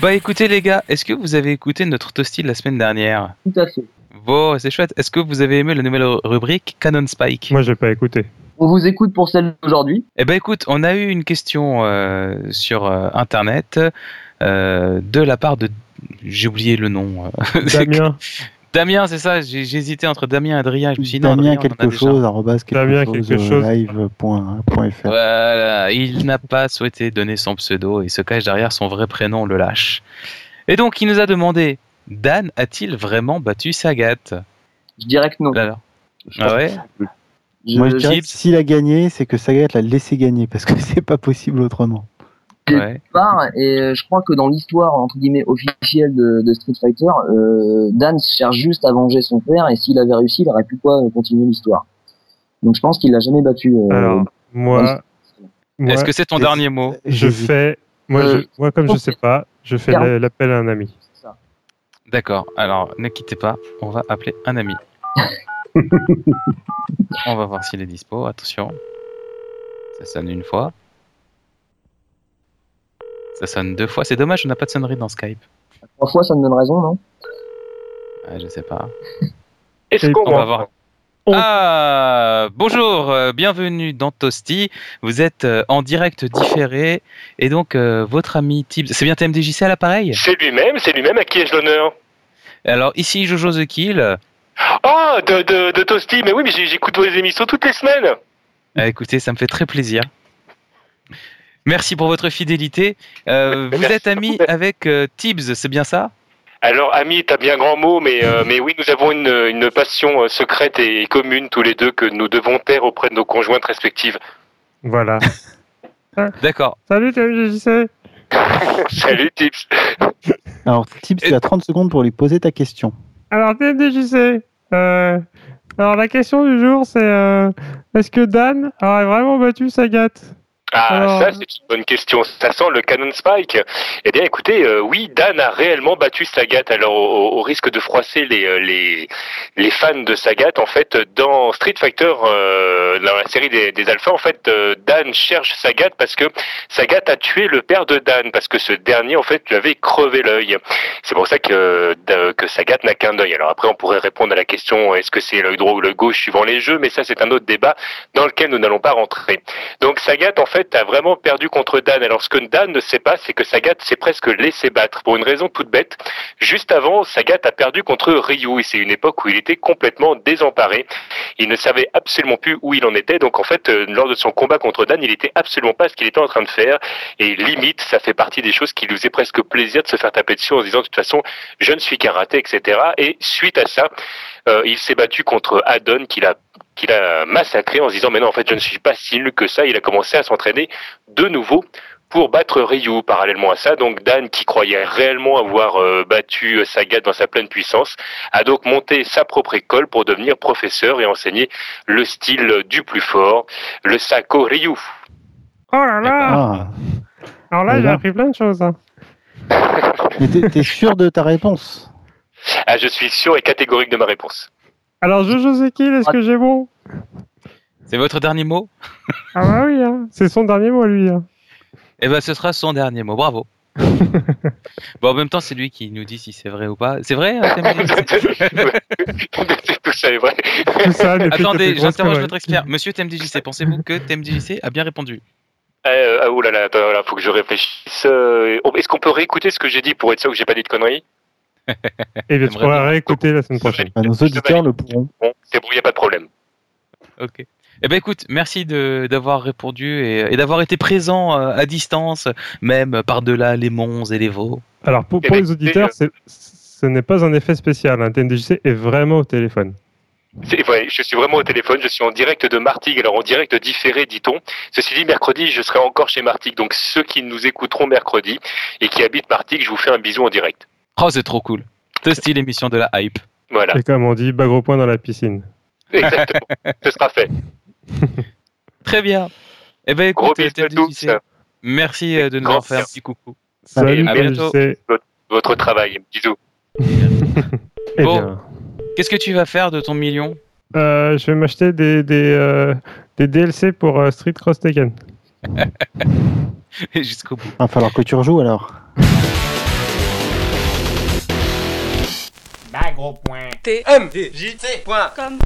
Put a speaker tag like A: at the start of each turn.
A: Bah écoutez les gars, est-ce que vous avez écouté notre toasty de la semaine dernière
B: Tout à fait.
A: Bon, c'est chouette. Est-ce que vous avez aimé la nouvelle rubrique Canon Spike
C: Moi, j'ai pas écouté.
B: On vous écoute pour celle d'aujourd'hui.
A: Eh ben écoute, on a eu une question euh, sur euh, internet euh, de la part de j'ai oublié le nom. euh,
C: Damien,
A: Damien, c'est ça, j'ai j'ai hésité entre Damien et Adrien, je me suis dit non,
D: Damien
A: Adrien, on en a
D: quelque
A: déjà.
D: chose, arrobas quelque
C: Damien
D: chose,
C: quelque chose.
D: euh, live point- point fr.
A: Voilà, il n'a pas souhaité donner son pseudo et se cache derrière son vrai prénom, le lâche. Et donc, il nous a demandé Dan a-t-il vraiment battu Sagat
B: Je dirais
D: Oh.
B: que non.
A: Alors,
D: Je
A: ah ouais
B: Je-
D: Moi, je dirais
A: Gibbs.
D: que s'il a gagné, c'est que Sagat l'a laissé gagner parce que c'est pas possible autrement.
B: je-
A: ouais.
B: part, et euh, je crois que dans l'histoire entre guillemets officielle de, de Street Fighter, euh, Dan cherche juste à venger son père et s'il avait réussi, il aurait pu quoi euh, continuer l'histoire. Donc je pense qu'il l'a jamais battu. euh,
C: alors, moi. moi,
A: Est-ce que c'est ton
D: est-ce-
A: dernier mot
C: je
D: J'hésite.
C: fais. Moi,
B: Euh,
C: je- moi, comme je sais pas, je fais
B: Car-
C: le- l'appel à un ami.
B: c'est ça.
A: D'accord, alors ne quittez pas, on va appeler un ami. on va voir s'il est dispo, attention. Ça sonne une fois. Ça sonne deux fois, c'est dommage, on n'a pas de sonnerie dans Skype.
B: Trois fois, ça me donne raison, non
A: Ah, je sais pas.
C: Et
E: Est-ce qu'on
A: On va voir.
C: On-
A: Ah, bonjour, euh, bienvenue dans Toasty. Vous êtes euh, en direct différé et donc euh, votre ami Tibbs, c'est bien TMDJC à l'appareil
E: C'est lui-même, c'est lui-même à qui ai-je l'honneur
A: Alors ici Jojo The Kill.
E: Ah, de, de, de Toasty, mais oui, mais j'ai- j'écoute vos émissions toutes les semaines.
A: Ah, écoutez, ça me fait très plaisir. Merci pour votre fidélité. Euh, vous êtes ami avec euh, Tibbs, c'est bien ça
E: Alors, ami, t'as bien grand mot, mais, euh, mais oui, nous avons une, une passion euh, secrète et commune, tous les deux, que nous devons taire auprès de nos conjointes respectives.
C: Voilà.
A: D'accord.
C: Salut, TMJC
E: Salut, Tips.
D: Alors, Tips, tu as 30 secondes pour lui poser ta question.
C: Alors, TMDJC, euh, alors la question du jour, c'est euh, est-ce que Dan aurait vraiment battu Sagat
E: Ah,
C: Alors-
E: ça, c'est une bonne question. Ça sent le Canon Spike. Eh bien, écoutez, euh, oui, Dan a réellement battu Sagat. Alors, au, au- au risque de froisser les, euh, les, les fans de Sagat, en fait, dans Street Fighter, euh, dans la série des, des alphas, en fait, euh, Dan cherche Sagat parce que Sagat a tué le père de Dan, parce que ce dernier, en fait, lui avait crevé l'œil. C'est pour ça que, euh, da- que Sagat n'a qu'un œil. Alors après, on pourrait répondre à la question, euh, est-ce que c'est l'œil droit ou le gauche suivant les jeux, mais ça, c'est un autre débat dans lequel nous n'allons pas rentrer. Donc Sagat, en fait, a vraiment perdu contre Dan. Alors ce que Dan ne sait pas, c'est que Sagat s'est presque laissé battre pour une raison toute bête. Juste avant, Sagat a perdu contre Ryu et c'est une époque où il était complètement désemparé. Il ne savait absolument plus où il en était. Donc en fait, euh, lors de son combat contre Dan, il était absolument pas ce qu'il était en train de faire. Et limite, ça fait partie des choses qui lui faisait presque plaisir de se faire taper dessus en se disant de toute façon, je ne suis qu'un raté, etc. Et suite à ça, euh, il s'est battu contre Adon qu'il a qu'il a massacré en se disant mais non en fait je ne suis pas si nul que ça il a commencé à s'entraîner de nouveau pour battre Ryu parallèlement à ça donc Dan qui croyait réellement avoir euh, battu euh, Sagat dans sa pleine puissance a donc monté sa propre école pour devenir professeur et enseigner le style euh, du plus fort le Sako Ryu
C: Oh là là
D: Ah,
C: Alors là, j'ai
D: Voilà.
C: appris plein de choses. hein.
D: mais t'es t'es sûr de ta réponse
E: ah je suis sûr et catégorique de ma réponse
C: Alors, Jojo Zeki,
A: Ah.
C: est-ce que j'ai bon
A: C'est votre dernier mot
C: Ah bah oui, hein. c'est son dernier mot, lui. hein.
A: Eh ben, ce sera son dernier mot. Bravo. bon, en même temps, c'est lui qui nous dit si c'est vrai ou pas. C'est vrai euh, TMDJC
E: tout ça est vrai
C: Tout ça, des petites- des
A: Attendez,
C: grosses
A: j'interroge
C: conneries.
A: votre expert. Monsieur TMDJC, pensez-vous que TMDJC a bien répondu
E: Euh, ah, oh là là, attends, là, faut que je réfléchisse. Euh, Est-ce qu'on peut réécouter ce que j'ai dit pour être sûr que j'ai pas dit de conneries
C: Et bien, tu
A: J'aimerais
C: pourras réécouter la semaine prochaine.
D: Bah, Nos auditeurs le pourront.
E: Bon, c'est bon, y a pas de problème.
A: Ok. Eh ben écoute, merci de d'avoir répondu et, et d'avoir été présent euh, à distance, même par-delà les monts et les veaux.
C: Alors, pour,
E: Eh
C: pour
E: ben,
C: les
A: euh,
C: auditeurs, c'est- ce n'est pas un effet spécial. hein. Un TMDJC est vraiment au téléphone.
E: C'est vrai, je suis vraiment au téléphone, je suis en direct de Martigues, alors en direct différé, dit-on. Ceci dit, mercredi, je serai encore chez Martigues, donc ceux qui nous écouteront mercredi et qui habitent Martigues, je vous fais un bisou en direct.
A: Oh, c'est trop cool. Ce style émission de la hype.
E: Voilà,
C: Et comme on dit, bas gros point dans la piscine.
E: exactement, ce sera fait.
A: Très bien. Eh ben
E: Gros
A: écoute,
E: bisous à
A: TMDJC,
E: tous.
A: merci euh, de nous
E: Grand
A: en faire un
E: merci.
A: petit coucou.
C: Salut,
E: à
A: bientôt.
C: TMDJC.
E: Votre travail, bisous.
C: Eh
A: Bon.
C: bien,
A: Qu'est-ce que tu vas faire de ton million
C: euh, je vais m'acheter des, des, euh, des DLC pour euh, Street Cross Tekken.
A: jusqu'au bout
D: Il va falloir que tu rejoues alors.
F: à gros point.
G: T.
F: M. T. J. T. Point.
G: Comme